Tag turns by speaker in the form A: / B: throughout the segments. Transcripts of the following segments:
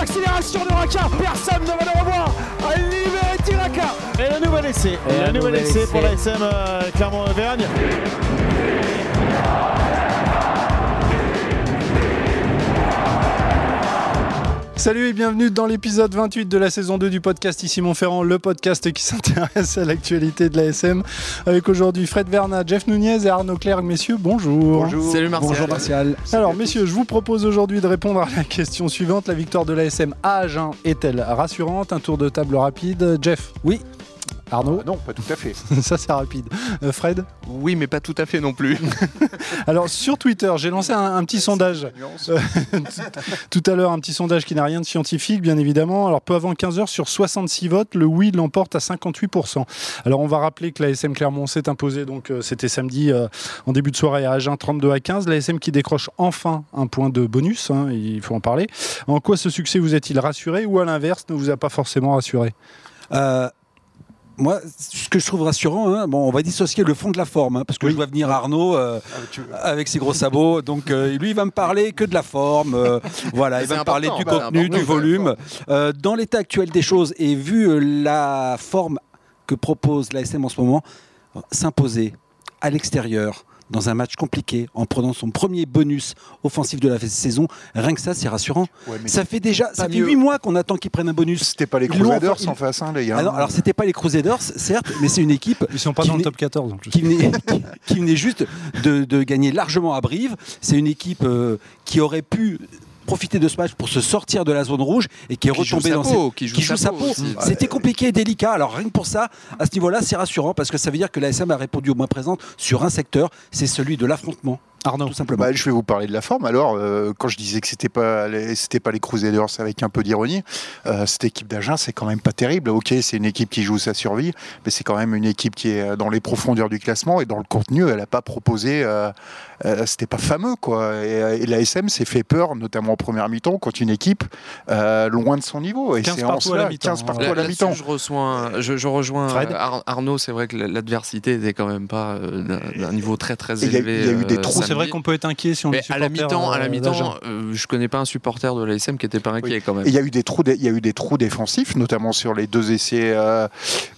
A: l'accélération de Raka. Personne ne va le revoir. Liberty Raka.
B: Et le nouvel essai.
C: Et
B: le
C: un
B: nouvel
C: nouvel
B: essai
C: essai.
B: pour la SM euh, Clermont-Auvergne.
A: Salut et bienvenue dans l'épisode 28 de la saison 2 du podcast Ici Montferrand, le podcast qui s'intéresse à l'actualité de la SM. Avec aujourd'hui Fred Verna, Jeff Nunez et Arnaud Clerc. Messieurs, bonjour.
C: Salut Martial.
D: Bonjour Martial.
A: Alors messieurs, je vous propose aujourd'hui de répondre à la question suivante. La victoire de l'ASM à Agen est-elle rassurante Un tour de table rapide. Jeff
D: Oui.
A: Arnaud
D: Oh.
E: Ah Non, pas tout à fait.
A: Ça c'est rapide. Euh, Fred
C: Oui, mais pas tout à fait non plus.
A: Alors sur Twitter, j'ai lancé un, un petit sondage
E: Nuance.
A: Euh, tout à l'heure, un petit sondage qui n'a rien de scientifique, bien évidemment. Alors peu avant 15h, sur 66 votes, le oui l'emporte à 58%. Alors on va rappeler que la SM Clermont s'est imposée, donc euh, c'était samedi euh, en début de soirée à Agen 32 à 15. La SM qui décroche enfin un point de bonus, hein, il faut en parler. En quoi ce succès vous est-il rassuré ou à l'inverse ne vous a pas forcément rassuré
D: Euh, moi, ce que je trouve rassurant, hein, bon, on va dissocier le fond de la forme, hein, parce que je vois venir Arnaud euh,
E: Ah, tu-
D: avec ses gros sabots. Donc, euh, lui, il va me parler que de la forme. euh, voilà,
C: Mais
D: il va
C: c'est
D: me parler
C: important,
D: du
C: bah,
D: contenu,
C: important,
D: du
C: c'est
D: volume. Euh, dans l'état actuel des choses et vu euh, la forme que propose l'ASM en ce moment, euh, s'imposer à l'extérieur dans un match compliqué en prenant son premier bonus offensif de la saison, rien que ça, c'est rassurant.
E: Ouais, mais
D: Ça fait déjà ça fait
E: mieux.
D: 8 mois qu'on attend qu'il prenne un bonus.
E: C'était pas les
D: Ils l'ont
E: Crusaders
D: envoyé-
E: en face, hein, les gars.
D: Ah non, alors c'était pas les Crusaders, certes, mais c'est une équipe
A: Ils sont pas
D: Qui
A: dans le
D: n'est-
A: top 14 en plus.
D: qui venait, qui venait juste de, de gagner largement à Brive. C'est une équipe euh, qui aurait pu profiter de ce match pour se sortir de la zone rouge et qui est
C: Qui joue
D: retombée
C: sa
D: dans
C: peau,
D: ses-
C: qui joue
D: qui joue
C: sa
D: sa
C: peau
D: peau.
C: aussi.
D: C'était compliqué et délicat. Alors rien que pour ça, à ce niveau-là, c'est rassurant parce que ça veut dire que la SM a répondu au moins présente sur un secteur, c'est celui de l'affrontement,
A: Arnaud.
D: tout simplement.
E: Bah, je vais vous parler de la forme. Alors, euh, quand je disais que c'était pas les, c'était pas les Crusaders avec un peu d'ironie, euh, cette équipe d'Agen, c'est quand même pas terrible. Ok, c'est une équipe qui joue sa survie, mais c'est quand même une équipe qui est euh, dans les profondeurs du classement et dans le contenu, elle a pas proposé. euh, euh, c'était pas fameux, quoi. Et, euh, et la SM s'est fait peur, notamment en première mi-temps, contre une équipe euh, loin de son niveau. Et
A: 15
E: c'est
A: partout à la mi-temps,
E: 15 partout
C: Là-
E: à la
C: Là-dessus,
E: mi-temps.
C: je, reçois, je, je rejoins
A: Fred.
C: euh, Ar- Arnaud. C'est vrai que l'adversité n'était quand même pas euh, d'un d'un niveau très très
E: Et il y a-
C: élevé.
E: il y a eu des
C: euh,
E: trous,
A: C'est vrai
C: samedi.
A: qu'on peut être inquiet si on
C: Mais
A: est
C: à la
A: supporter,
C: mi-temps, à
A: euh,
C: la
A: d'Agen.
C: mi-temps, euh, je connais pas un supporter de l'ASM qui était pas inquiet quand même.
E: Et Il y a eu des trous, dé- il y a eu des trous défensifs, notamment sur les deux essais euh,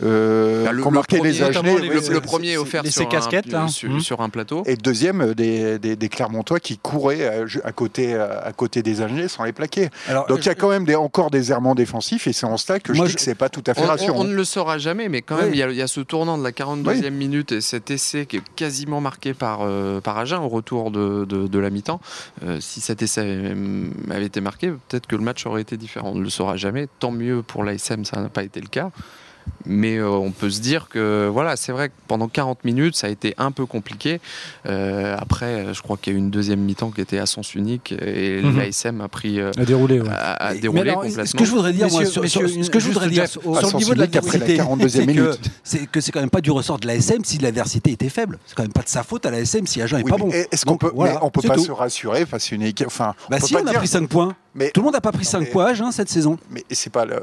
E: euh,
C: Bah, le-
E: qu'ont
C: le
E: marqué
C: premier,
E: les Agenais.
A: notamment les-
E: ouais,
C: le,
E: c'est-
C: le
E: c'est-
C: premier
A: c'est-
C: offert
A: les
C: sur,
A: casquettes,
C: un,
A: là.
C: sur,
E: Hum.
A: Mhm.
C: sur un plateau.
E: Et le deuxième, euh, des, des, des Clermontois qui couraient euh, ju- à côté, euh, à côté des Agenais sans les plaquer.
D: Alors,
E: Donc il y a quand même des, encore des errements défensifs et c'est en cela que je
D: Moi,
E: dis
D: je-
E: que c'est pas tout à fait
C: On, on-
E: rassurant.
C: on ne le saura jamais, mais quand
D: Oui.
C: même, il y a- il y, a ce tournant de la 42e minute et cet essai qui est quasiment marqué par, euh, par Agen au retour de, de- de la mi-temps. Euh, si cet essai avait, avait été marqué, peut-être que le match aurait été différent. On ne le saura jamais. Tant mieux pour l'ASM, ça n'a pas été le cas. Mais euh, on peut se dire que voilà, c'est vrai que pendant 40 minutes, ça a été un peu compliqué. Euh, après, euh, je crois qu'il y a eu une deuxième mi-temps qui était à sens unique et
A: Mhm.
C: l'ASM a pris euh,
A: À dérouler, ouais.
C: a, a
D: Mais
C: déroulé
A: alors,
C: complètement.
D: Ce que je voudrais dire, moi,
A: Messieurs,
D: sur,
A: messieurs,
D: sur- ce que je
A: juste
D: voudrais dire
A: Jeff,
D: sur
E: à
D: sur le
E: sens
D: niveau de
E: unique après la
D: l'adversité,
E: 42e
D: c'est que
E: minute.
D: c'est que c'est quand même pas du ressort de la SM si l'adversité était faible. C'est quand même pas de sa faute à la SM si Agen est
E: Oui,
D: pas
E: mais
D: bon.
E: Est-ce qu'on
D: Donc,
E: peut,
D: voilà,
E: mais on peut
D: c'est
E: pas
D: tout.
E: se rassurer face à une équipe. Enfin,
D: Bah
E: on peut
D: si,
E: pas
D: on a
E: dire-
D: pris 5 points.
E: Mais
D: Tout le monde n'a pas pris 5
E: mais-
D: points à Agen cette saison.
E: mais c'est pas le-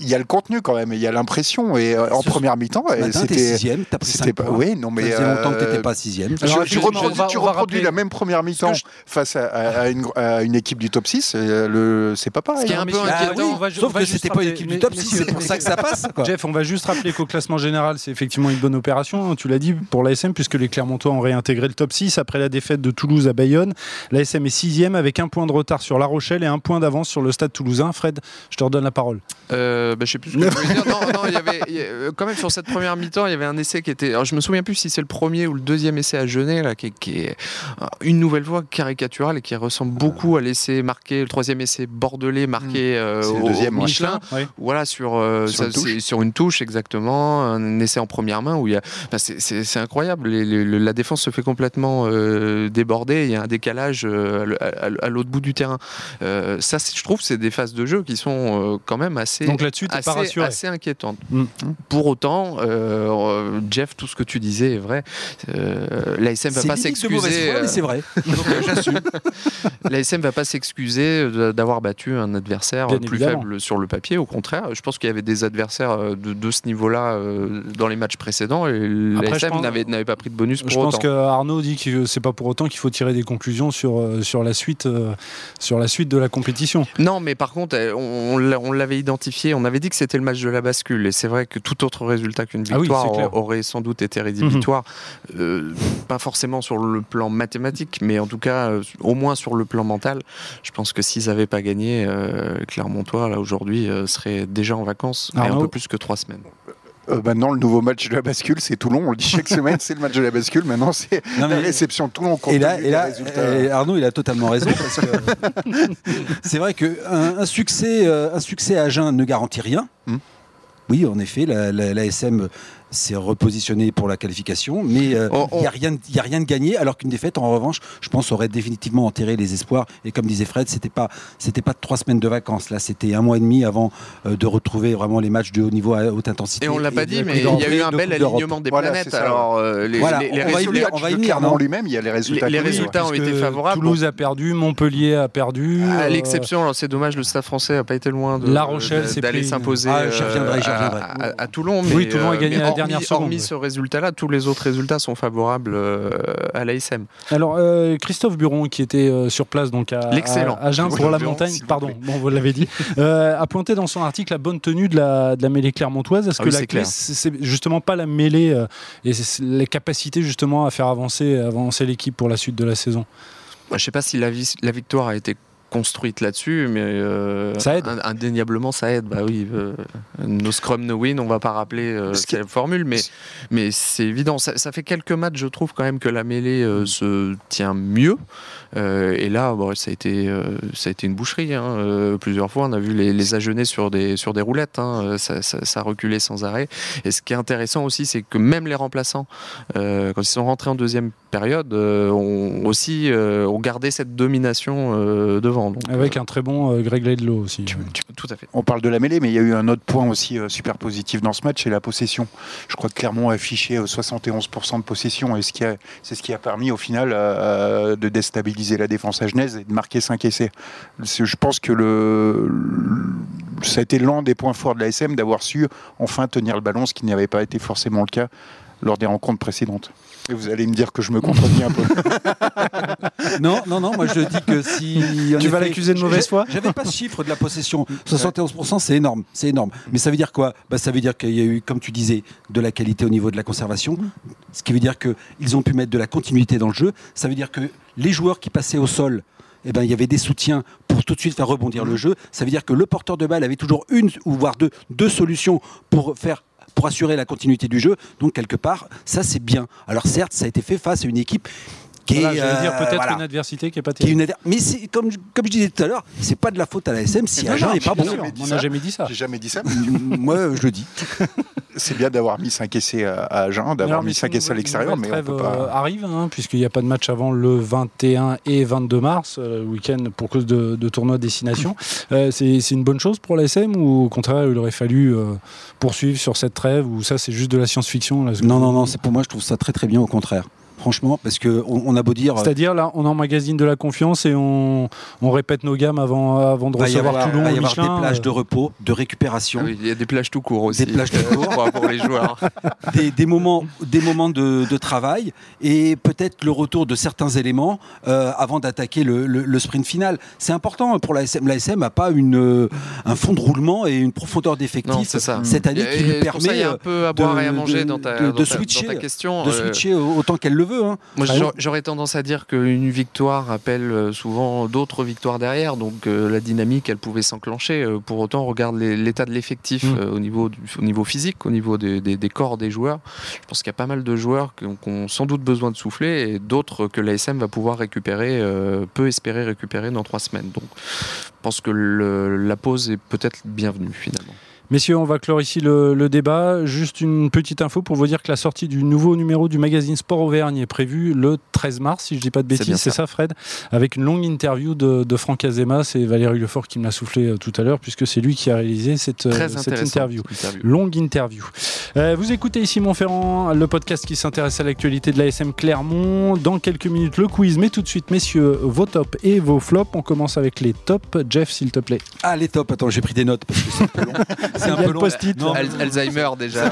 E: Il y a le contenu quand même, et il y a l'impression. Et euh, en
D: Bah, Ce-
E: première mi-temps,
D: Ce
E: euh,
D: matin, t'es
E: c'était.
D: sixième, t'as pris
E: C'était
D: 5
E: pas.
D: points.
E: Oui, non, mais.
D: Ça faisait longtemps que
E: euh,
D: t'étais pas sixième.
A: Alors,
E: tu, tu
A: justement,
E: reproduis,
A: on va-
E: tu
A: on va
E: reproduis
A: rappeler-
E: la même première mi-temps
A: Ce
E: face à, à- à une, gro- à une équipe du top 6, euh, le- c'est pas
C: Ce
E: pareil.
C: qui est
E: hein.
C: un peu
A: Bah
D: Ah
C: inquiétant.
D: oui,
A: on va ju- on
D: sauf
A: va
D: que
A: juste
D: c'était pas une
A: rappeler-
D: équipe du
A: mais-
D: top
A: mais
D: 6,
A: c'est-
D: c'est pour ça que ça passe. quoi.
A: Jeff, on va juste rappeler qu'au classement général, c'est effectivement une bonne opération. hein, Tu l'as dit pour l'ASM, puisque les Clermontois ont réintégré le top 6 après la défaite de Toulouse à Bayonne. L'ASM est sixième avec un point de retard sur La Rochelle et un point d'avance sur le stade toulousain. Fred, je te redonne la parole.
C: Euh, bah, je sais plus ce que je voulais dire. Non, non, il y avait, il y a- euh, quand même sur cette première mi-temps, il y avait un essai qui était. Alors, je me souviens plus si c'est le premier ou le deuxième essai à Genet, là, qui, qui est euh, une nouvelle fois caricaturale et qui ressemble beaucoup à l'essai marqué, le troisième essai bordelais marqué euh,
E: Mm. C'est le
C: au-
E: deuxième,
C: au
E: ouais.
C: Michelin.
A: Oui.
C: Voilà, sur, euh,
E: Sur
C: ça,
E: une touche.
C: c'est- sur une touche, exactement. Un essai en première main où il y a. enfin, Bah, c'est- c'est c'est incroyable. Les- les- le- la défense se fait complètement euh, déborder. Il y a un décalage euh, à l- à, à l'autre bout du terrain. Euh, ça, c'est- je trouve, c'est des phases de jeu qui sont euh, quand même assez assez
A: Donc là-dessus, t'es
C: assez,
A: pas rassuré.
C: assez inquiétante.
A: Mm.
C: Pour autant, euh, Jeff, tout ce que tu disais est vrai. Euh, L'ASM va
D: C'est
C: pas
D: limite de mauvaise
C: s'excuser. euh,
D: foi, mais c'est vrai.
C: Donc, euh, j'assume. L'ASM va pas s'excuser de- d'avoir battu un adversaire
A: Bien
C: plus
A: évidemment.
C: faible sur le papier. Au contraire, je pense qu'il y avait des adversaires euh, de, de ce niveau-là euh, dans les matchs précédents et
A: Après, je
C: l'ASM
A: pense-
C: n'avait n'avait pas pris de bonus pour
A: Je pense
C: autant.
A: que Arnaud dit que c'est pas pour autant qu'il faut tirer des conclusions sur, euh, sur, la suite, euh, sur la suite de la compétition.
C: Non, mais par contre, euh, on, on l'a- on l'avait identifié, on avait dit que c'était le match de la bascule, et c'est vrai que tout autre résultat qu'une
A: Ah oui,
C: victoire
A: c'est
C: a-
A: clair.
C: aurait sans doute été
D: Mhm.
C: rédhibitoire, Euh, pas forcément sur le plan mathématique, mais en tout cas, euh, au moins sur le plan mental. Je pense que s'ils n'avaient pas gagné, euh, Clermontois, là, aujourd'hui, euh, serait déjà en vacances, mais un
A: Arnaud
C: peu plus que trois semaines.
E: Euh, maintenant, le nouveau match de la bascule, c'est Toulon. On le dit chaque semaine, c'est le match de la bascule. Maintenant, c'est la
D: Non, mais-
E: réception de Toulon. compte
D: Et là,
E: tenu
D: et
E: des
D: là
E: résultats.
D: euh, Arnaud, il a totalement raison. parce que c'est vrai qu'un un succès, euh, un succès à Agen ne garantit rien.
E: Hmm.
D: Oui, en effet, la, la- la SM s'est repositionnée pour la qualification, mais euh, il
C: On- on-
D: n'y a, rien de- y a rien de gagné, alors qu'une défaite, en revanche, je pense, aurait définitivement enterré les espoirs. Et comme disait Fred, c'était pas, c'était pas trois semaines de vacances, là, c'était un mois et demi avant euh, de retrouver vraiment les matchs de haut niveau à haute intensité.
C: Et on l'a pas
D: de
C: dit,
D: la
C: mais
D: Coupe
C: il y a eu
D: d'Europe,
C: un
D: de
C: bel
D: Coupe d'Europe.
C: alignement des
E: Voilà,
C: planètes.
E: c'est ça.
C: Alors, euh, les,
D: Voilà,
C: les- les
D: on va y
C: résultats-
D: venir,
E: matchs
D: on va y
E: de
D: venir,
E: Clermont
D: non
E: lui-même, il y a les résultats.
C: les
E: connus,
C: résultats
E: ouais.
C: ont
A: Puisque
C: été favorables.
A: Toulouse a perdu, Montpellier a perdu.
C: À
A: euh,
C: Ah, l'exception, alors c'est dommage, le Stade français n'a pas été loin de,
A: La Rochelle
C: de-
A: s'est
C: d'aller
A: pris une-
C: s'imposer
D: Ah, j'y reviendrai, j'y
C: euh, à-
D: reviendrai.
C: À, à Toulon. Mais, euh,
A: Oui, Toulon a gagné
C: mais
A: à la
C: hormis-
A: dernière seconde,
C: Hormis
A: ouais.
C: ce résultat-là, tous les autres résultats sont favorables euh, à l'ASM.
A: Alors, euh, Christophe Buron, qui était euh, sur place donc à,
C: L'excellent.
A: à, à Agen
E: Oui,
A: pour la
E: Buron,
A: montagne,
E: s'il vous
A: pardon,
E: plaît.
A: bon, vous l'avez dit, euh, a pointé dans son article la bonne tenue de la, de la mêlée clermontoise. Est-ce
C: Ah
A: que
C: oui,
A: la
C: c'est
A: clé,
C: clair.
A: c'est c'est justement pas la mêlée euh, et c'est- les capacités justement à faire avancer, avancer l'équipe pour la suite de la saison
C: Moi, je ne sais pas si la, vis- la victoire a été construite là-dessus, mais euh,
A: Ça aide.
C: in- indéniablement ça aide. Bah oui, euh, no scrum, no win, on va pas rappeler euh,
E: Ce qui-
C: cette formule, mais, mais c'est évident. Ça, ça fait quelques matchs, je trouve quand même que la mêlée euh, se tient mieux. Euh, et là, bon, ça, a été, euh, ça a été une boucherie. hein. Euh, plusieurs fois, on a vu les, les agenais sur des, sur des roulettes. hein. Euh, Ça, ça- ça reculait sans arrêt. Et ce qui est intéressant aussi, c'est que même les remplaçants, euh, quand ils sont rentrés en deuxième période, euh, ont aussi euh, ont gardé cette domination euh, devant. Donc,
A: Avec un très bon euh, Greg Laidlaw aussi.
C: tu-
A: euh.
C: tu- tout à fait.
E: On parle de la mêlée, mais il y a eu un autre point aussi euh, super positif dans ce match, c'est la possession. Je crois que Clermont a affiché euh, 71% de possession, et ce qui a- c'est ce qui a permis au final euh, de déstabiliser la défense agenaise et de marquer 5 essais. C'est- Je pense que le, le- ça a été l'un des points forts de la SM d'avoir su enfin tenir le ballon, ce qui n'avait pas été forcément le cas lors des rencontres précédentes. Et vous allez me dire que je me contredis un peu.
D: Non, non, non, moi je dis que si. en
A: Tu vas
D: effet,
A: l'accuser de
D: j'ai-
A: mauvaise foi
D: J'avais pas ce chiffre de la possession. 71%, c'est énorme, c'est énorme. Mais ça veut dire quoi bah, Ça veut dire qu'il y a eu, comme tu disais, de la qualité au niveau de la conservation. Ce qui veut dire qu'ils ont pu mettre de la continuité dans le jeu. Ça veut dire que les joueurs qui passaient au sol. Eh ben, il y avait des soutiens pour tout de suite faire rebondir le jeu. Ça veut dire que le porteur de balle avait toujours une ou voire deux, deux solutions pour faire pour assurer la continuité du jeu. Donc quelque part, ça c'est bien. Alors certes, ça a été fait face à une équipe qui
A: Voilà,
D: est
A: j'allais dire
D: euh,
A: peut-être
D: voilà
A: une adversité qui est pas
D: qui est
A: terrible.
D: une adver- Mais c'est- comme, je- comme je disais tout à l'heure, c'est pas de la faute à la SM si
E: Non,
D: Agen
E: non,
D: n'est pas
E: bien
D: bon.
E: sûr.
A: On n'a jamais dit ça.
E: J'ai jamais dit ça.
D: Moi, je le dis.
E: C'est bien d'avoir mis 5 essais à, à Agen, d'avoir
A: Alors,
E: mis
A: mais
E: 5
A: si
E: essais à
A: une
E: l'extérieur, mais
A: nouvelle
E: on peut
A: trêve,
E: pas.
A: euh, arrive, hein, puisqu'il n'y a pas de match avant le 21 et 22 mars, euh, le week-end pour cause de, de tournoi destination. Euh, c'est c'est une bonne chose pour l'ASM ou au contraire, il aurait fallu euh, poursuivre sur cette trêve ou ça, c'est juste de la science-fiction là, ce que-
D: Non, non, non, c'est pour moi, je trouve ça très très bien, au contraire. Franchement, parce que on, on a beau dire.
A: C'est-à-dire, là, on emmagasine de la confiance et on, on répète nos gammes avant, avant de
D: euh, va Bah, y
A: recevoir
D: avoir,
A: Toulon
D: va y
A: ou
D: avoir
A: Michelin,
D: des plages
A: euh,
D: de repos, de récupération,
C: Ah oui, il y a des plages tout court aussi.
D: Hein Des plages tout court.
C: pour, pour les joueurs.
D: des, des moments, des moments de, de travail et peut-être le retour de certains éléments euh, avant d'attaquer le, le- le sprint final. C'est important pour la SM. La SM n'a pas une, euh, un fond de roulement et une profondeur
C: Non,
D: d'effectif
C: c'est ça.
D: cette année qui
C: Et
D: lui
C: pour ça, il y
D: permet
C: a
D: euh,
C: un peu à
D: de-
C: boire et à
D: de-
C: manger dans ta,
D: de- de
C: dans ta- dans
D: switcher,
C: ta question.
D: de
C: Euh,
D: switcher au- autant qu'elle le veut. hein.
C: Moi,
A: Ah
C: j'aurais-
A: non.
C: j'aurais tendance à dire qu'une victoire appelle euh, souvent d'autres victoires derrière, donc euh, la dynamique, elle pouvait s'enclencher. Euh, Pour autant, on regarde les- l'état de l'effectif
A: Mm.
C: euh, au, niveau du- au niveau physique, au niveau des, des- des corps des joueurs. Je pense qu'il y a pas mal de joueurs qui ont, qui ont sans doute besoin de souffler et d'autres que l'ASM va pouvoir récupérer, euh, peut espérer récupérer dans trois semaines. Donc, je pense que le- la pause est peut-être bienvenue finalement.
A: Messieurs, on va clore ici le, le débat. Juste une petite info pour vous dire que la sortie du nouveau numéro du magazine Sport Auvergne est prévue le 13 mars, si je ne dis pas de
C: C'est bien
A: bêtises, c'est ça. Fred Avec une longue interview de, de Franck Azema, c'est Valérie Lefort qui me l'a soufflé euh, tout à l'heure, puisque c'est lui qui a réalisé cette, euh,
C: Très
A: cette
C: intéressant.
A: interview.
C: cette interview.
A: Longue interview. Euh, vous écoutez ici Montferrand, le podcast qui s'intéresse à l'actualité de l'ASM Clermont. Dans quelques minutes, le quiz. Mais tout de suite, messieurs, vos tops et vos flops. On commence avec les tops. Jeff, s'il te plaît.
D: Ah, les tops. Attends, j'ai pris des notes parce que c'est un peu long. C'est un
A: Il y a
D: peu
A: le
D: long.
A: post-it.
D: Non,
C: Al- Alzheimer déjà.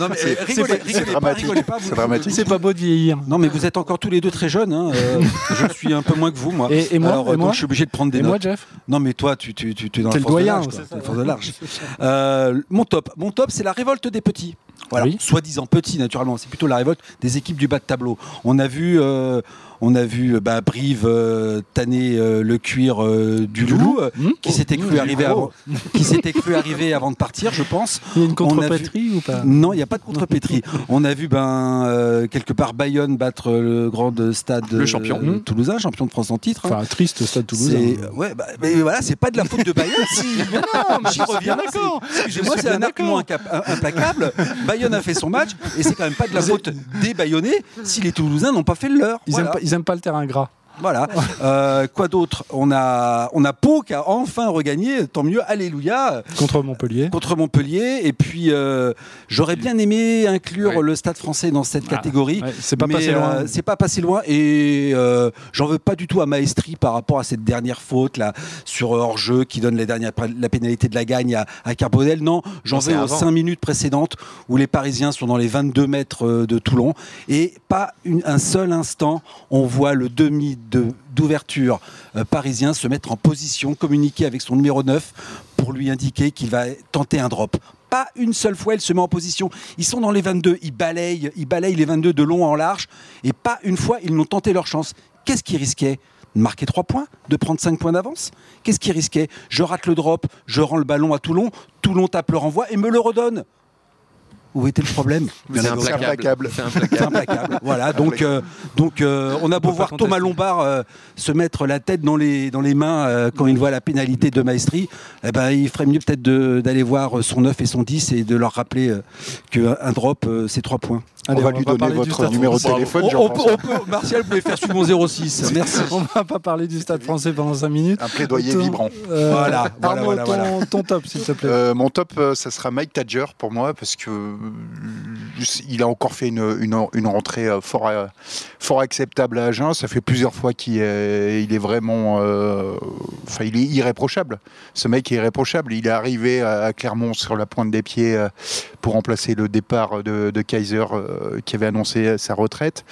D: non, mais
E: C'est-
D: euh,
E: c'est pas-
D: rigolez,
E: c'est
D: rigolez pas,
E: dramatique.
D: rigolez pas,
E: C'est
D: vous-
E: dramatique.
A: C'est pas beau de vieillir.
D: Non, mais vous êtes encore tous les deux très jeunes. hein, euh, je le suis un peu moins que vous, moi.
A: Et, et moi,
D: Alors,
A: et
D: euh,
A: moi,
D: donc, je suis obligé de prendre des
A: et
D: notes.
A: moi, Jeff
D: Non, mais toi, tu, tu, tu, tu es dans
A: T'es le
D: la force
A: doyen,
D: de large.
A: c'est
D: toi,
A: ça,
D: t'es la force de large. Euh, mon top, mon top, c'est la révolte des petits. Voilà,
A: Ah Oui.
D: soi-disant petits, naturellement. C'est plutôt la révolte des équipes du bas de tableau. On a vu, euh, on a vu euh, bah, Brive euh, tanner euh, le cuir euh, du
A: Du
D: loup,
A: loup.
D: euh,
A: Hmm
D: qui s'était cru arriver
A: gros.
D: avant, qui s'était cru arriver avant de partir, je pense.
A: Il y a une
D: On a vu-
A: contrepatrie ou pas
D: Non, il n'y a pas de contre-pétrie. On a vu ben euh, quelque part Bayonne battre euh, le grand stade
C: Le
D: euh,
C: champion.
D: euh, toulousain, champion de France en titre. hein.
A: Enfin, triste stade toulousain.
D: C'est- ouais, bah, mais voilà, c'est pas de la faute de Bayonne. si, mais non, mais j'y reviens.
A: d'accord.
D: c'est- Excusez-moi, c'est un argument incap- un- implacable. Bayonne a fait son match et c'est quand même pas de la faute des Bayonnais si les Toulousains n'ont pas fait le leur.
A: Ils,
D: voilà.
A: aiment pas, ils aiment pas le terrain gras.
D: Voilà. Euh, quoi d'autre On a on a Pau qui a enfin regagné. Tant mieux. Alléluia
A: Contre Montpellier.
D: contre Montpellier. Et puis euh, j'aurais bien aimé inclure
C: Oui.
D: le Stade Français dans cette
A: Ah,
D: catégorie.
A: Ouais, c'est pas
D: Mais,
A: passé loin.
D: euh, c'est pas passé loin et euh, j'en veux pas du tout à Maestri par rapport à cette dernière faute là sur euh, hors-jeu qui donne la, dernière, la pénalité de la gagne à, à Carbonel. Non, j'en
C: Non, c'est
D: veux aux
C: avant.
D: 5 minutes précédentes où les Parisiens sont dans les 22 mètres euh, de Toulon et pas une- un seul instant on voit le demi de- d'ouverture euh, parisien se mettre en position, communiquer avec son numéro 9 pour lui indiquer qu'il va tenter un drop. Pas une seule fois, il se met en position. Ils sont dans les 22, ils balayent, ils balayent les 22 de long en large, et pas une fois, ils n'ont tenté leur chance. Qu'est-ce qu'ils risquaient De marquer 3 points De prendre 5 points d'avance Qu'est-ce qu'ils risquaient Je rate le drop, je rends le ballon à Toulon, Toulon tape le renvoi et me le redonne. Où était le problème
C: C'est
E: C'est
C: implacable.
E: implacable.
C: C'est implacable.
D: c'est implacable. Voilà, donc, euh, donc euh, on a beau
A: peut
D: voir
A: pas
D: Thomas
A: contester.
D: Lombard euh, se mettre la tête dans les, dans les mains euh, quand il voit la pénalité de Maestri, eh ben, il ferait mieux peut-être de- d'aller voir son 9 et son 10 et de leur rappeler qu'un drop, euh, c'est 3 points.
A: Allez,
E: on va lui donner
A: parler du
E: votre
A: Stade
E: numéro de
A: français.
E: téléphone,
D: On- on peut-
E: Jean-François.
D: on peut- Martial, vous pouvez faire suivre mon 06. Merci.
A: On va pas parler du Stade français pendant 5 minutes.
E: Un plaidoyer
A: Ton-
E: vibrant.
A: euh,
D: Voilà, voilà,
A: Arnaud,
D: voilà,
A: ton,
D: voilà.
A: ton top, s'il te plaît.
E: Euh, mon top, euh, ça sera Mike Tadger pour moi parce que euh, il a encore fait une, une, une rentrée euh, fort, euh, fort acceptable à Agen. Ça fait plusieurs fois qu'il est, il est vraiment, euh, enfin, il est irréprochable. Ce mec est irréprochable. Il est arrivé à à Clermont sur la pointe des pieds euh, pour remplacer le départ de, de Kaiser euh, qui avait annoncé sa retraite.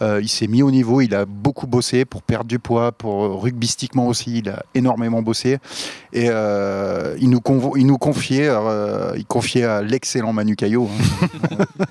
E: Euh, il s'est mis au niveau. Il a beaucoup bossé pour perdre du poids, pour euh, rugbystiquement aussi. Il a énormément bossé et euh, il, nous convo- il nous confiait, euh, il confiait à l'excellent Manu Caillot. hein.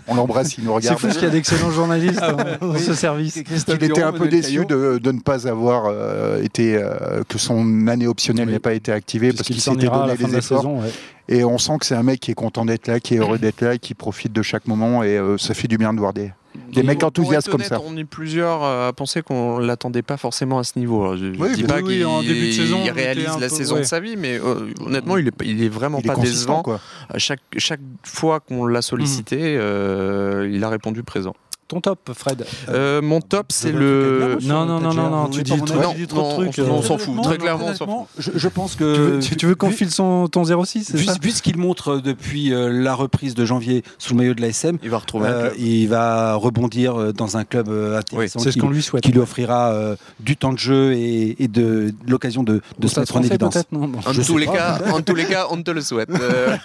E: on on l'embrasse, il nous
A: C'est
E: regarde.
A: fou qu'il y a d'excellents journalistes dans, dans ce service.
E: Il était un peu déçu de, de ne pas avoir euh, été euh, que son année optionnelle
A: Oui.
E: n'ait pas été activée parce qu'il s'était donné les efforts.
A: ouais.
E: Et on sent que c'est un mec qui est content d'être là, qui est heureux d'être là, et qui profite de chaque moment. Et euh, ça fait du bien de voir des. Des mecs
C: Pour- pour
E: enthousiastes
C: être
E: comme
C: honnête,
E: ça.
C: On est plusieurs euh, à penser qu'on l'attendait pas forcément à ce niveau. Alors, Je, je
E: Oui,
C: dis
E: mais-
C: pas
A: Oui, oui,
C: qu'il
A: en début de saison,
C: il
A: on était un
C: réalise la
A: peu-
C: saison
A: ouais.
C: de sa vie, mais euh, honnêtement, il est, pas- il est vraiment
E: Il est
C: pas
E: consistant,
C: décevant.
E: quoi. Mhm.
C: À Chaque, chaque fois qu'on l'a sollicité, euh, il a répondu présent.
A: Ton top, Fred.
C: Euh, mon top, c'est le.
A: Non, non, non, non, non, tu dis trop-
C: Non,
A: tu dis trop de
C: non,
A: trucs.
C: on
A: euh.
C: s'en- on s'en fout. Très clairement, on s'en fout.
D: Je, je pense
A: Tu
D: que.
A: veux, tu- tu veux qu'on
D: vu-
A: file son, ton 06, c'est
D: vu-
A: ça
D: Puisqu'il montre depuis euh, la reprise de janvier sous le maillot de la SM,
C: Il va retrouver.
D: euh, il va rebondir euh, dans un club euh, intéressant
A: C'est ce
D: qui,
A: qu'on lui souhaite.
D: qui lui offrira euh, du temps de jeu et, et de, de l'occasion de, de
A: Au Stade
D: se mettre en
A: français,
D: évidence.
A: peut-être Non, bon.
C: en,
D: je
C: tous
D: sais
C: les
D: pas.
C: cas, en tous les cas, on te le souhaite. Euh,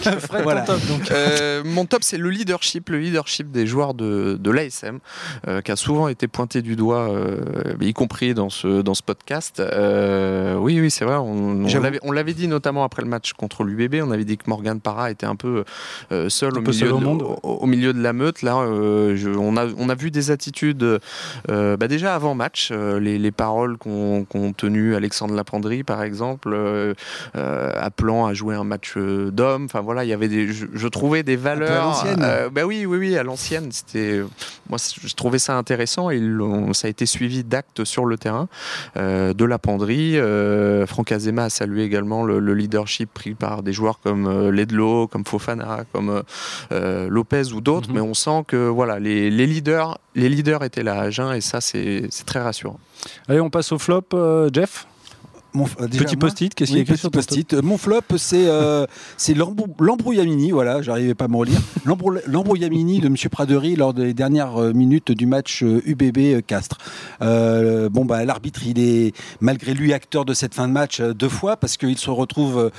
A: Fred,
D: Voilà.
A: ton top, donc.
C: Euh, mon top, c'est le leadership, le leadership des joueurs de, de l'ASM, euh, qui a souvent été pointé du doigt, euh, y compris dans ce, dans ce podcast. Euh, oui, oui, c'est vrai. On, on
D: J'avoue.
C: l'avait- on l'avait dit notamment après le match contre l'UBB. On avait dit que Morgan Parra était un peu euh, seul,
A: Un
C: au,
A: peu
C: milieu
A: seul au
C: de,
A: monde.
C: au- au milieu de la meute. Là, euh, je- on, a, on a vu des attitudes euh, bah, déjà avant match. euh, les, les paroles qu'ont qu'ont tenues Alexandre Lapendrie, par exemple, euh, euh, appelant à jouer un match euh, d'hommes. Enfin voilà, il y avait des, je, je trouvais des valeurs.
D: l'ancienne.
C: euh, bah oui, oui, oui, à l'ancienne. C'était moi, je trouvais ça intéressant. Ils l'ont- ça a été suivi d'actes sur le terrain, euh, de la penderie. Euh, Franck Azema a salué également le, le leadership pris par des joueurs comme euh, Ledlow, comme Fofana, comme euh, euh, Lopez ou d'autres.
A: Mhm.
C: Mais on sent que voilà, les, les leaders, les leaders étaient là à Agen et ça, c'est c'est très rassurant.
A: Allez, on passe au flop, euh, Jeff.
D: Mon, euh, déjà,
A: petit
D: moi
A: post-it, qu'est-ce qu'il y
D: Oui,
A: a écrit
D: petit
A: sur ton
D: post-it. Euh, Mon flop, c'est euh, c'est l'embrou- l'embrouillamini, voilà, j'arrivais pas à me relire. L'embrou- L'embrouillamini de M. Praderie lors des dernières euh, minutes du match euh, UBB euh, Castres. Euh, bon, bah, l'arbitre, il est malgré lui acteur de cette fin de match euh, deux fois parce qu'il se retrouve euh,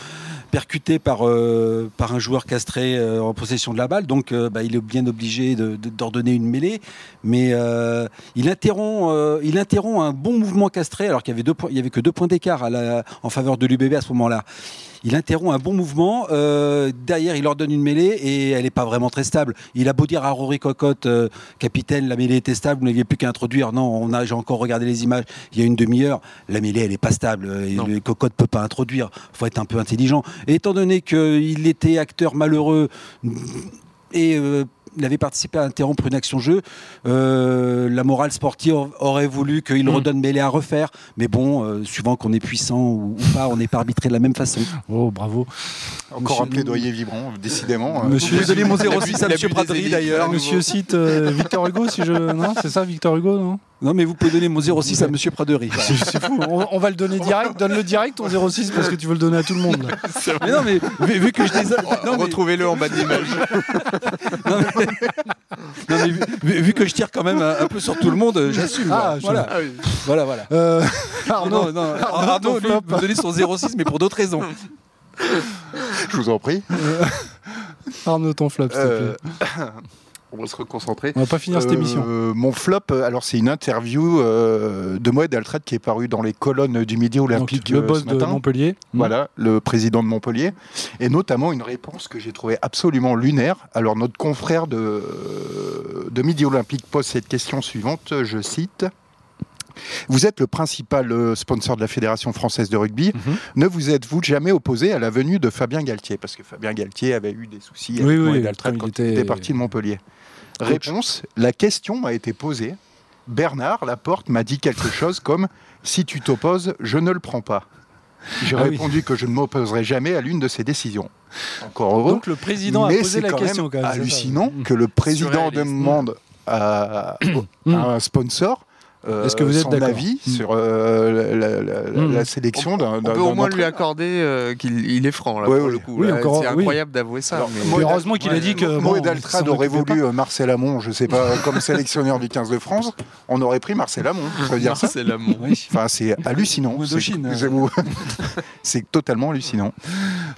D: percuté par, euh, par un joueur castré euh, en possession de la balle. Donc, euh, bah, il est bien obligé de- de- d'ordonner une mêlée. Mais euh, il, interrompt, euh, il interrompt un bon mouvement castré, alors qu'il n'y avait, deux points- il y avait que deux points d'écart à la- en faveur de l'UBB à ce moment-là. Il interrompt un bon mouvement. euh, derrière, il ordonne une mêlée et elle n'est pas vraiment très stable. Il a beau dire à Rory Cocotte, euh, capitaine, la mêlée était stable, vous n'aviez plus qu'à introduire. Non, on a, j'ai encore regardé les images il y a une demi-heure. La mêlée, elle n'est pas stable. euh, et
C: Non.
D: le Cocotte ne peut pas introduire. Il faut être un peu intelligent. Et étant donné qu'il était acteur malheureux et euh, il avait participé à interrompre une action jeu, euh, la morale sportive aurait voulu qu'il
A: Mm.
D: redonne mêlée à refaire. Mais bon, euh, suivant qu'on est puissant ou, ou pas, on n'est pas arbitré de la même façon.
A: Oh, bravo.
E: Encore un
D: Monsieur-
E: plaidoyer vibrant, décidément.
C: Ah,
E: euh.
A: Monsieur- Vous pouvez donner
D: mon
C: 06 à Monsieur Praderie, d'ailleurs.
A: Monsieur cite euh, Victor Hugo, si je. Non, c'est ça, Victor Hugo, non
D: Non, mais vous pouvez donner mon 06 à Monsieur Praderie.
A: C'est fou. On, on va le donner direct. Donne-le direct, ton 06, parce que tu veux le donner à tout le monde.
D: mais non, mais vu, vu que je les ai- non, mais-
C: Retrouvez-le en bas de l'image.
D: non, mais- non, mais vu, vu- vu que je tire quand même un, un peu sur tout le monde, euh, j'assume.
A: Ah, je-
D: voilà. Voilà, voilà, voilà.
A: Euh,
C: Ah
A: Arnaud,
D: non, non,
A: Arnaud,
D: Arnaud,
A: ton
D: lui,
A: flop.
D: me donnait son 06, mais pour d'autres raisons.
E: Je vous en prie.
A: euh, Arnaud, ton flop, s'il te plaît.
E: Euh, On va se reconcentrer.
A: On va pas finir cette
E: Euh,
A: émission.
E: Mon flop, euh, alors c'est une interview euh, de Moed Altrad qui est parue dans les colonnes du Midi
A: Donc,
E: Olympique
A: le
E: euh,
A: boss
E: ce
A: de
E: matin.
A: Montpellier.
E: Voilà, le président de Montpellier, et notamment une réponse que j'ai trouvée absolument lunaire. Alors notre confrère de, de Midi Olympique pose cette question suivante, je cite. Vous êtes le principal euh, sponsor de la Fédération française de rugby.
A: Mhm.
E: Ne vous êtes-vous jamais opposé à la venue de Fabien Galtier Parce que Fabien Galtier avait eu des soucis
A: Oui,
E: avec
A: oui,
E: Mohamed Altrad
A: quand il
E: quand il
A: était-
E: était parti de Montpellier.
A: Coach.
E: Réponse La question m'a été posée. Bernard Laporte m'a dit quelque chose comme Si tu t'opposes, je ne le prends pas. J'ai
A: Ah oui.
E: répondu que je ne m'opposerai jamais à l'une de ces décisions. Encore heureux.
A: Donc, le président a
E: mais
A: posé
E: c'est
A: la
E: quand
A: question,
E: même
A: quand même. c'est ça. Mmh.
E: hallucinant que le président
C: Surréaliste.
E: demande à,
A: Mm.
E: à un sponsor. euh,
A: Est-ce que vous êtes
E: son
A: d'accord
E: avis
A: Mm.
E: sur euh, la, la- la-
A: Mm.
E: la sélection d'un
C: On
E: d'un-
C: peut au
E: d'un
C: moins lui
E: entraîneur
C: accorder euh, qu'il il est franc là
E: Ouais,
C: pour
E: ouais.
C: le coup.
A: Oui,
C: là.
A: encore-
C: c'est
A: oui.
C: incroyable d'avouer ça.
E: Alors,
C: mais-
A: Mais heureusement qu'il a dit que. bon,
E: Moed Altrad
A: ça
E: aurait
A: m'occupait
E: voulu euh, Marcel Amon, je sais pas, comme sélectionneur du 15 de France, on aurait pris Marcel Amon. Ça veut dire ça
C: C'est l'amour.
E: Enfin, c'est hallucinant.
D: Ou
E: C'est-
D: Indochine.
E: c'est- ou- C'est totalement hallucinant.
A: pas.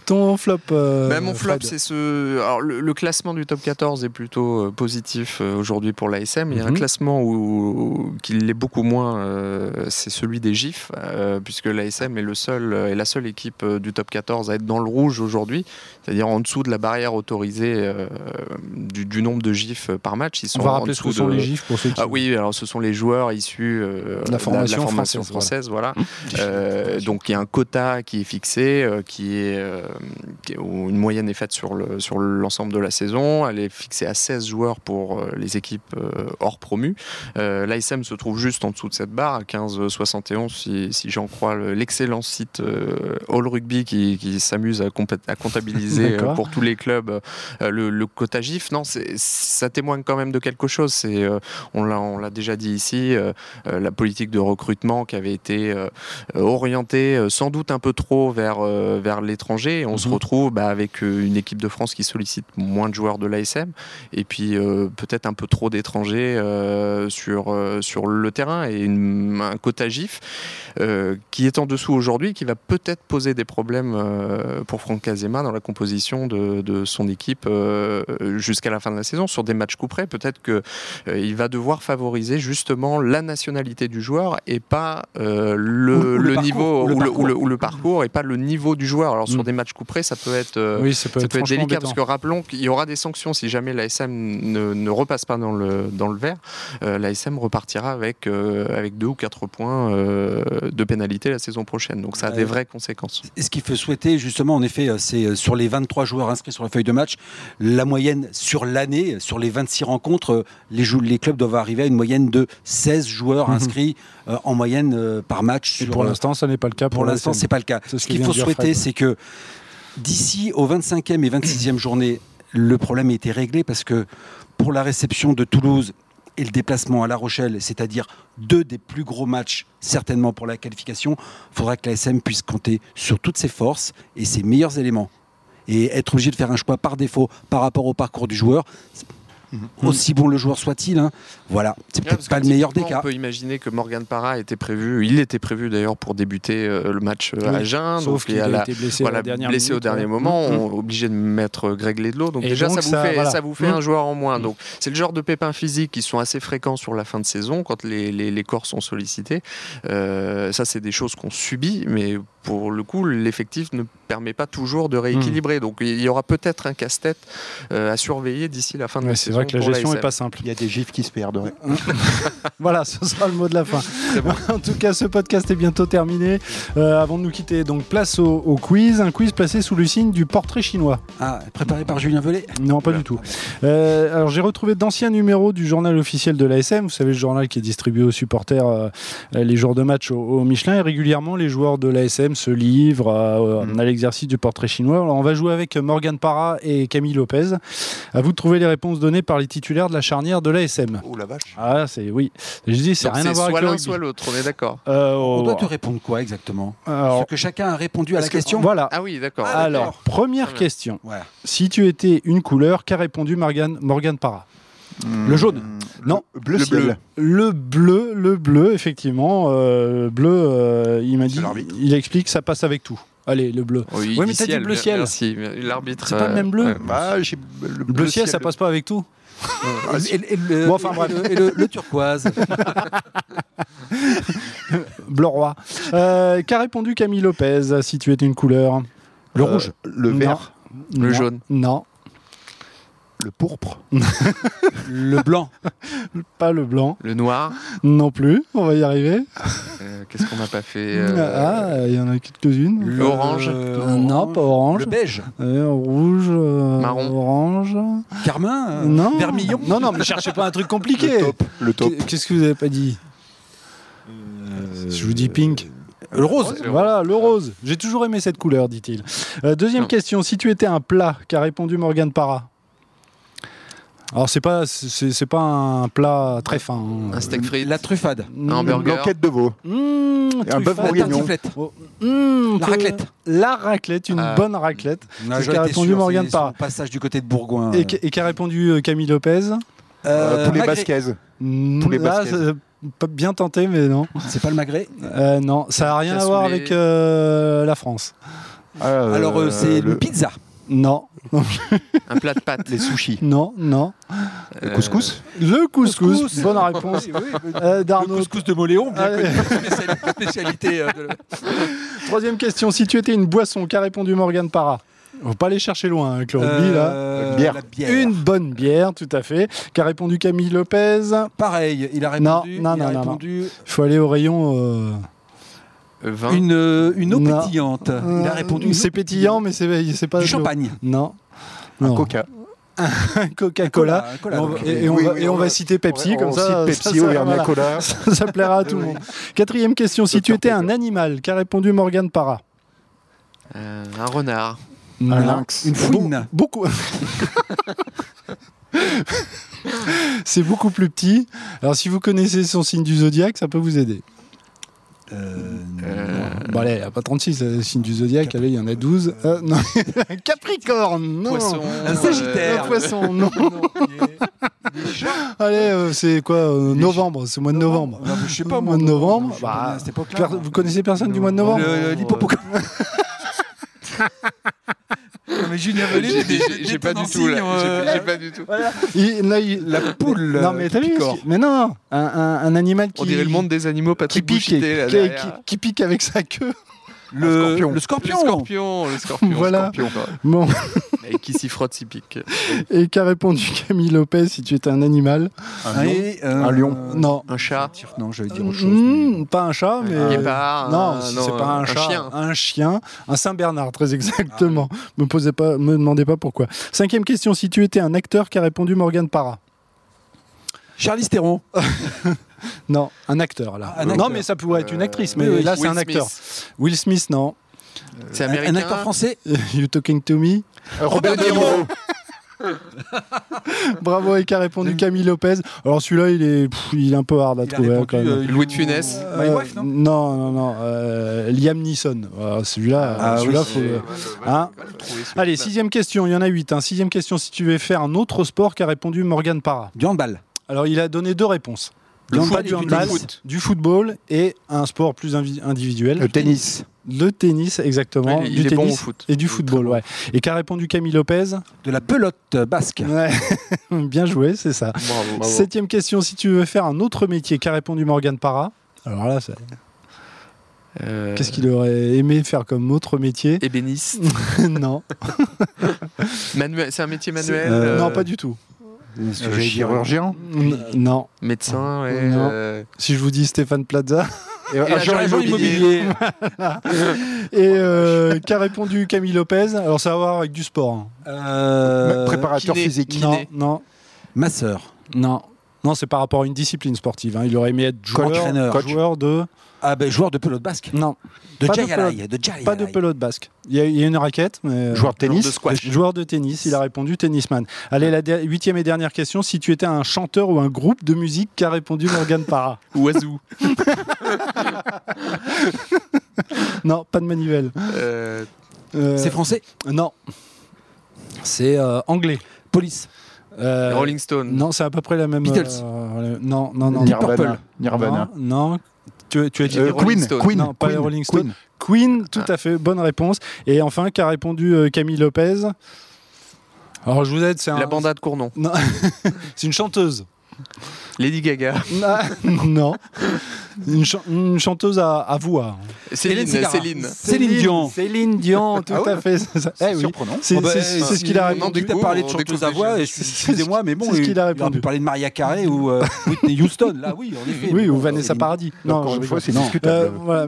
A: Ton flop. euh,
C: Bah, mon flop,
A: Fred.
C: c'est ce. Alors, le, le classement du top 14 est plutôt euh, positif euh, aujourd'hui pour l'ASM. Il y a un
A: Mhm.
C: classement où, où- qui l'est beaucoup moins, euh, c'est celui des GIF, euh, puisque l'ASM est, le seul, euh, est la seule équipe euh, du top 14 à être dans le rouge aujourd'hui, c'est-à-dire en dessous de la barrière autorisée euh, du, du nombre de GIF par match. Ils sont
A: On va
C: en
A: rappeler ce
C: dessous
A: que sont
C: de-
A: les gifs pour ceux qui.
C: ah oui, alors ce sont les joueurs issus euh,
A: De la formation
C: formation
A: française,
C: française, voilà. Euh, donc il y a un quota qui est fixé, euh, qui est, euh, qui est- où une moyenne est faite sur le sur l'ensemble de la saison. Elle est fixée à 16 joueurs pour euh, les équipes euh, hors promu. Euh, L'ASM se trouve juste en dessous de cette barre, à 15-71 si, si j'en crois le- l'excellent site euh, All Rugby qui, qui s'amuse à, compta- à comptabiliser
A: D'accord.
C: euh, pour tous les clubs euh, le, le quota GIF. Non, c'est- ça témoigne quand même de quelque chose. C'est euh, on l'a, on l'a déjà dit ici, euh, euh, la politique de recrutement qui avait été euh, euh, orientée euh, sans doute un peu trop vers, euh, vers l'étranger. Et on se
A: Mhm.
C: retrouve bah, avec euh, une équipe de France qui sollicite moins de joueurs de l'ASM et puis euh, peut-être un peu trop d'étrangers euh, sur, euh, sur le terrain et une- un quota GIF euh, qui est en dessous aujourd'hui, qui va peut-être poser des problèmes euh, pour Franck Azema dans la composition de, de son équipe euh, jusqu'à la fin de la saison sur des matchs coup près. Peut-être que euh, il va devoir favoriser justement la nationalité du joueur et pas euh, le,
D: Ou- ou le
C: le
D: parcours,
C: niveau
D: ou le
C: ou le, ou
D: parcours.
C: le- ou le parcours et pas le niveau du joueur. Alors sur
A: Mm.
C: des matchs couperait, ça peut être, euh,
A: oui, ça peut
C: ça
A: être,
C: peut être
A: franchement
C: délicat
A: embêtant.
C: parce que rappelons qu'il y aura des sanctions si jamais l'ASM ne, ne repasse pas dans le, dans le vert. Euh, L'ASM repartira avec, euh, avec deux ou quatre points euh, de pénalité la saison prochaine. Donc ça a
D: Ouais.
C: des vraies conséquences.
D: Et ce qu'il faut souhaiter, justement, en effet, euh, c'est euh, sur les 23 joueurs inscrits sur la feuille de match, la moyenne sur l'année, euh, sur les 26 rencontres, euh, les, jou- les clubs doivent arriver à une moyenne de 16 joueurs
A: Mhm.
D: inscrits euh, en moyenne euh, par match.
A: Et
D: sur,
A: pour
D: euh,
A: l'instant, ça n'est pas le cas.
D: pour l'instant,
A: l'ASM.
D: c'est pas le cas.
A: C'est ce
D: Ce
A: que
D: qu'il
A: vient
D: faut
A: de dire
D: souhaiter,
A: Fred.
D: c'est que d'ici au 25e et 26e journée, le problème a été réglé parce que pour la réception de Toulouse et le déplacement à La Rochelle, c'est-à-dire deux des plus gros matchs certainement pour la qualification, il faudra que la SM puisse compter sur toutes ses forces et ses meilleurs éléments. Et être obligé de faire un choix par défaut par rapport au parcours du joueur,
A: Mhm.
D: aussi bon le joueur soit-il, hein, voilà, c'est
C: Ouais, parce
D: peut-être
C: que
D: pas le meilleur des
C: typiquement,
D: cas.
C: On peut imaginer que Morgan Parra était prévu, il était prévu d'ailleurs pour débuter euh, le match euh, à
A: Oui.
C: Agen,
A: Sauf
C: donc il
A: qu'il
C: est à
A: a
C: la-
A: été blessé, à
C: voilà,
A: la dernière
C: blessé au
A: minute,
C: dernier
A: ouais.
C: moment,
A: Mm, mm.
C: on est obligé de mettre Greg Ledlow. Donc
A: Et
C: déjà,
A: donc,
C: ça vous
A: ça,
C: fait,
A: voilà.
C: ça vous fait
A: Mm.
C: un joueur en moins.
A: Mm.
C: Donc c'est le genre de pépins physiques qui sont assez fréquents sur la fin de saison quand les, les- les corps sont sollicités. Euh, ça, c'est des choses qu'on subit, mais pour le coup, l'effectif ne permet pas toujours de rééquilibrer.
A: Mmh.
C: Donc il y aura peut-être un casse-tête euh, à surveiller d'ici la fin de
A: Ouais,
C: la
A: c'est
C: saison.
A: vrai que la
C: pour
A: gestion n'est
C: l'ASM.
A: pas simple.
E: Il y a des gifs qui se perdent. ouais.
A: Voilà, ce sera le mot de la fin.
C: C'est bon.
A: en tout cas, ce podcast est bientôt terminé. Euh, avant de nous quitter, donc place au, au quiz, un quiz placé sous le signe du portrait chinois.
D: Ah, préparé par Julien Velay
A: Non, pas du tout. Euh, alors j'ai retrouvé d'anciens numéros du journal officiel de l'ASM, vous savez le journal qui est distribué aux supporters euh, les jours de match au, au Michelin, et régulièrement les joueurs de l'ASM se livrent euh, à l'exercice du portrait chinois. Alors, on va jouer avec Morgan Parra et Camille Lopez. À vous de trouver les réponses données par les titulaires de la charnière de l'ASM.
E: Oh la vache.
A: Ah, c'est oui. Je dis, c'est
C: Donc,
A: rien à
C: c'est
A: voir
C: soit
A: avec le
C: l'un,
A: rugby.
C: soit l'autre, on est d'accord.
A: Euh,
D: On
A: oh,
D: doit te répondre quoi exactement
A: alors,
D: Parce que chacun a répondu à la
A: est-ce que-
D: question.
A: Voilà.
C: Ah oui, d'accord.
D: Ah,
A: Alors,
D: d'accord.
A: première
C: Très bien.
A: question.
D: Voilà.
A: Si tu étais une couleur, qu'a répondu Morgan, Morgan Parra
E: Le
A: jaune. Non.
E: Hmm. Bleu
C: Le
E: ciel.
C: bleu.
A: Le bleu, le bleu, effectivement. euh, bleu, euh, il m'a
E: C'est
A: dit,
E: l'arbitre.
A: il explique, ça passe avec tout. Allez, le bleu.
C: Oui,
A: Ouais,
C: il
A: mais
C: dit
A: t'as dit bleu ciel.
C: Merci, l'arbitre. euh,
A: C'est pas le même bleu
C: ouais.
E: Bah, j'ai- le
A: Le bleu ciel, ça passe pas avec tout.
E: Ah,
D: Et- et- et le,
A: Bon, enfin,
D: et
A: bref.
D: le- et le- le turquoise.
A: Bleu roi. Euh, Qu'a répondu Camille Lopez si tu étais une couleur Euh,
E: Le rouge. Euh, Le
A: Non.
E: vert.
A: Non.
C: Le jaune.
A: Non,
E: Le pourpre.
D: le blanc.
A: pas le blanc
C: Le noir.
A: non plus. On va y arriver.
C: euh, Qu'est-ce qu'on n'a pas fait euh,
A: Ah, il y en a quelques-unes.
D: Le-
C: Orange.
A: Euh, non, pas
D: Le
A: orange.
D: beige.
A: Euh, rouge, euh,
C: Marron.
A: orange.
D: Carmin. euh,
A: non.
D: Vermillon.
A: Non, non, mais cherchez pas un truc compliqué.
E: Le top. Le top.
A: Qu'est-ce que vous avez pas dit
E: Euh,
A: Je vous dis pink.
D: Le rose.
C: Le
A: Voilà, le rose. J'ai toujours aimé cette couleur, dit-il. Euh, deuxième
C: Non.
A: question, si tu étais un plat, qu'a répondu Morgan Parra Alors, c'est pas, c'est, c'est pas un plat très fin. hein.
C: Un steak frit.
D: La truffade.
A: Mmh,
C: un hamburger.
E: L'enquête de veau.
A: mmh,
E: Et un
A: truffade.
E: bœuf
D: La
E: bourguignon.
D: tartiflette.
A: Mmh,
D: La
A: que-
D: raclette.
A: La raclette, une
C: Ah.
A: bonne raclette.
D: Non,
A: C'est ce
D: j'aurais
A: qu'a
D: été
A: répondu
D: sûr,
A: Morgane
D: c'est son
A: Parra.
D: passage du côté de
E: Ah
D: Bourgoin.
A: Et, qu- et qu'a répondu euh, Camille Lopez
E: Euh, Poulet
D: Magret.
E: basquez.
A: Mmh,
E: Poulet
A: là,
E: basket.
A: c'est pas bien tenté, mais non.
D: C'est pas le magret.
A: Euh, non, ça n'a rien à voir
C: Cassoulet.
A: avec euh, la France.
E: Ah,
D: Alors, euh,
E: euh,
D: c'est
E: le-
D: une pizza.
A: Non,
C: Un plat de pâtes. Euh,
E: les sushis.
A: non, non.
E: Le couscous.
A: Le couscous,
D: Couscous.
A: bonne réponse euh,
D: Le
A: d'Arnaud.
D: couscous de Moléon, bien
A: Allez.
D: connu, spéciali- spécialité. euh, de-
A: Troisième question, si tu étais une boisson, qu'a répondu Morgan Parra On va pas aller chercher loin hein, avec le rugby, là.
D: Euh,
E: Une bière.
D: La bière.
A: Une bonne bière, tout à fait. Qu'a répondu Camille Lopez
D: Pareil, il a
A: Non,
D: répondu.
A: non,
D: il a
A: non, non,
D: répondu
A: Il faut aller au rayon. euh,
C: Euh, vin.
D: Une, euh, une eau
A: Non.
D: pétillante. il
A: euh,
D: a répondu. une
A: C'est
D: eau
A: pétillant, mais c'est c'est pas.
D: Du
A: de l'eau.
D: champagne.
A: Non.
E: Un
A: Non.
E: coca.
A: Coca-Cola.
D: Un
A: Et
D: cola,
A: on
D: donc.
A: va- Et et on
E: Ah, Oui,
A: va-
E: oui,
A: et on
E: on
A: va
E: va-
A: citer Pepsi,
E: On-
A: comme
E: on
A: ça.
E: cite
A: ça-
E: Pepsi
A: ça-
E: au verna
A: voilà.
E: cola.
A: Ça, ça plaira à tout le monde. Quatrième question, si
E: Ça
A: tu
E: fait
A: étais un
E: plaisir.
A: animal, qu'a répondu Morgan Parra
C: Euh, un renard.
E: Un
A: Non.
E: lynx.
D: Une fouine.
A: Beaucoup. C'est beaucoup plus petit. Alors, si vous connaissez son signe du zodiaque, ça peut vous aider.
D: Euh,
C: Euh,
A: Bon, allez, il n'y a pas 36, euh, signe du zodiaque. Allez, il y en a 12. Euh, non. Un Capricorne, non.
C: poisson.
D: Un sagittaire.
A: Un poisson, non. Allez, euh, c'est quoi euh, Novembre, c'est au mois de novembre.
D: Bah, je sais
A: Au
D: pas,
A: mois
D: moi.
A: de novembre,
D: je suis
A: bah,
D: pas né à cette époque-là.
A: Per- Vous connaissez personne du mois de novembre Euh.
D: Le- le- L'hippopocampe. Non, mais Julien Velay,
C: euh, J'ai-
D: des-
C: j'ai-
D: des
C: J'ai pas du
D: tendances
C: tout là.
D: signes,
C: J'ai-
D: euh,
C: J'ai pas du tout.
A: Il- là, il-
D: La poule.
A: Non,
D: euh,
A: mais
D: qui
A: t'as vu
D: picore.
A: ce qui- Mais non un, un- un animal qui.
C: On dirait le monde des animaux,
A: qui
C: Patrick
A: pique, et-
C: Bouchité, là,
A: qui-
C: derrière.
A: qui- qui pique avec sa queue.
D: Le
E: scorpion.
D: Le scorpion.
C: Le scorpion, le scorpion,
A: Voilà.
C: scorpion. quoi.
A: Bon,
C: Et qui s'y frotte, s'y pique.
A: et qu'a répondu Camille Lopez si tu étais un animal
E: Un lion.
D: Et, euh,
E: Un lion.
A: Non.
C: Un chat.
D: Non, j'allais dire autre chose.
A: Mmh, pas un chat, mais.
C: Un guépard.
A: Non,
C: un-
A: si c'est pas un, chat,
C: chien.
A: un chien, un Saint Bernard, très exactement. Me posez pas, me demandez pas pourquoi. Cinquième question si tu étais un acteur, qu'a répondu Morgan Parra
D: Charlie Theron.
A: Non, un acteur là.
D: Ah, un
A: Non,
D: acteur.
A: mais ça pourrait être une
C: Euh,
A: actrice, mais
D: oui,
A: là c'est
C: Will
A: un acteur.
C: Smith.
A: Will Smith, non.
C: C'est
D: Un,
C: américain.
D: un acteur français.
A: you talking to me
E: Euh, Robert
D: De
E: De
D: Niro.
E: Niro.
A: Bravo et qu'a répondu Camille Lopez. Alors celui-là, il est, pff, il est un peu hard à
D: Il a
A: trouver hein,
D: répondu,
A: quand même.
D: euh,
C: Louis de Funès.
D: My
A: Euh,
D: Wife, non
A: non, non, non, euh, Liam Neeson. Voilà, celui-là,
D: Ah,
A: euh, celui-là,
D: oui,
A: faut-
D: c'est- bah,
A: euh, hein. Allez, sixième question. Il y en a huit. hein. Sixième question. Si tu veux faire un autre sport, qu'a répondu Morgan Parra
D: Du handball.
A: Alors, il a donné deux réponses.
D: Le
A: Non,
D: foot
A: pas
D: et
A: du
D: du
A: handball,
D: foot.
A: du football et un sport plus invi- individuel.
E: Le tennis.
A: Le tennis, exactement.
C: Ouais, il
A: du
C: est bon
A: tennis
C: au foot.
A: Et du
C: Il est
A: football,
C: très bon.
A: ouais. Et qu'a répondu Camille Lopez
D: De la pelote basque.
A: Ouais. Bien joué, c'est ça.
C: Bravo.
A: Septième question, si tu veux faire un autre métier, qu'a répondu Morgan Parra Alors là, ça-
C: Euh,
A: qu'est-ce qu'il aurait aimé faire comme autre métier
C: Ébéniste.
A: Non,
C: Manuel- C'est un métier manuel.
D: Euh,
A: non, pas du tout.
E: Euh, Chirurgien.
A: N- Non.
C: Médecin. ouais,
A: Non.
C: euh,
A: Si je vous dis Stéphane Plaza.
E: Et euh, Agent
C: agent
E: immobilier.
A: Et euh, qu'a répondu Camille Lopez Alors ça a à voir avec du sport. hein.
D: Euh,
E: Préparateur
C: kiné.
E: physique.
A: Non,
C: Kiné.
A: non,
D: ma sœur.
A: non. Non, c'est par rapport à une discipline sportive. hein. Il aurait aimé être joueur,
D: Coach, entraîneur.
A: coach. joueur de...
D: Ah ben joueur de pelote basque.
A: Non,
D: De
A: Pas de
D: Jayalai. De Jayalai.
A: pas de pelote basque. Il y a, il y a une raquette, mais... euh,
E: Joueur de
C: genre de
E: tennis.
C: squash.
A: Joueur de tennis, il a répondu tennisman. Allez, la der- huitième et dernière question. Si tu étais un chanteur ou un groupe de musique, qu'a répondu Morgan Parra
C: Oiseau.
A: Non, pas de manivelle.
C: Euh,
A: Euh,
D: C'est français.
A: Non. C'est euh, anglais.
D: Police.
A: Euh,
C: Rolling Stone.
A: Non, c'est à peu près la même.
D: Beatles.
A: euh, le- non, non, non.
D: Deep
E: Nirvana.
D: Purple.
E: Nirvana.
A: Non, non. Tu, tu as dit
E: Euh,
A: des Rolling
E: Queen.
C: Stones.
E: Queen.
A: Non, pas les
E: Queen.
A: Rolling
E: Queen. Eh
A: Stones. Queen, tout à fait, bonne réponse. Et enfin, qu'a répondu euh, Camille Lopez Alors, je vous aide, c'est un-
C: La banda de Cournon.
A: Non. c'est une chanteuse.
C: Lady Gaga.
A: Ah, non. Une, chan- une chanteuse à, à voix.
C: Céline.
D: Cigara.
C: Céline.
D: Céline Dion.
A: Céline Dion, tout
E: Ah ouais
A: à fait. c'est ça. Eh
E: C'est
A: oui.
E: surprenant.
A: C'est
D: Oh, bah,
A: c'est-
D: eh,
A: c'est ce qu'il a
C: si-
A: répondu.
C: non,
D: Non, dès que t'as
C: découvre,
D: parlé
C: on
D: de chanteuse
C: découvre
D: à
C: des
D: voix,
C: choses.
D: et
A: C'est-
D: je- excusez-moi, mais bon,
A: c'est ce qu'il a
D: il aurait
A: répondu.
D: pu parler de Maria Carey ou euh, Whitney Houston, là, oui, en effet.
A: Oui,
D: Mais
A: ou
D: bon,
A: Vanessa
D: euh, Céline-
A: Paradis.
E: Encore
A: je
E: une
A: rigole.
E: fois, c'est
D: non.
A: Euh,
E: discutable.
A: voilà.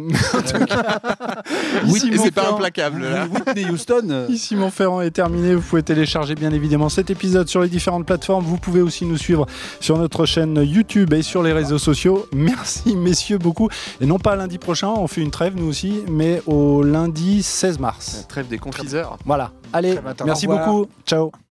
C: Oui,
A: Ici,
C: et
A: mon
C: c'est pas
A: plan.
C: implacable là.
D: Whitney Houston. euh,
A: Ici, mon Ferrand est terminé. Vous pouvez télécharger bien évidemment cet épisode sur les différentes plateformes. Vous pouvez aussi nous suivre sur notre chaîne YouTube et sur les réseaux sociaux. Merci, messieurs, beaucoup. Et non pas lundi prochain, on fait une trêve nous aussi, mais au lundi 16 mars.
C: Trêve des confiseurs.
A: Voilà. Allez,
E: Trêve internationale.
A: merci
D: Au revoir.
A: beaucoup. Ciao.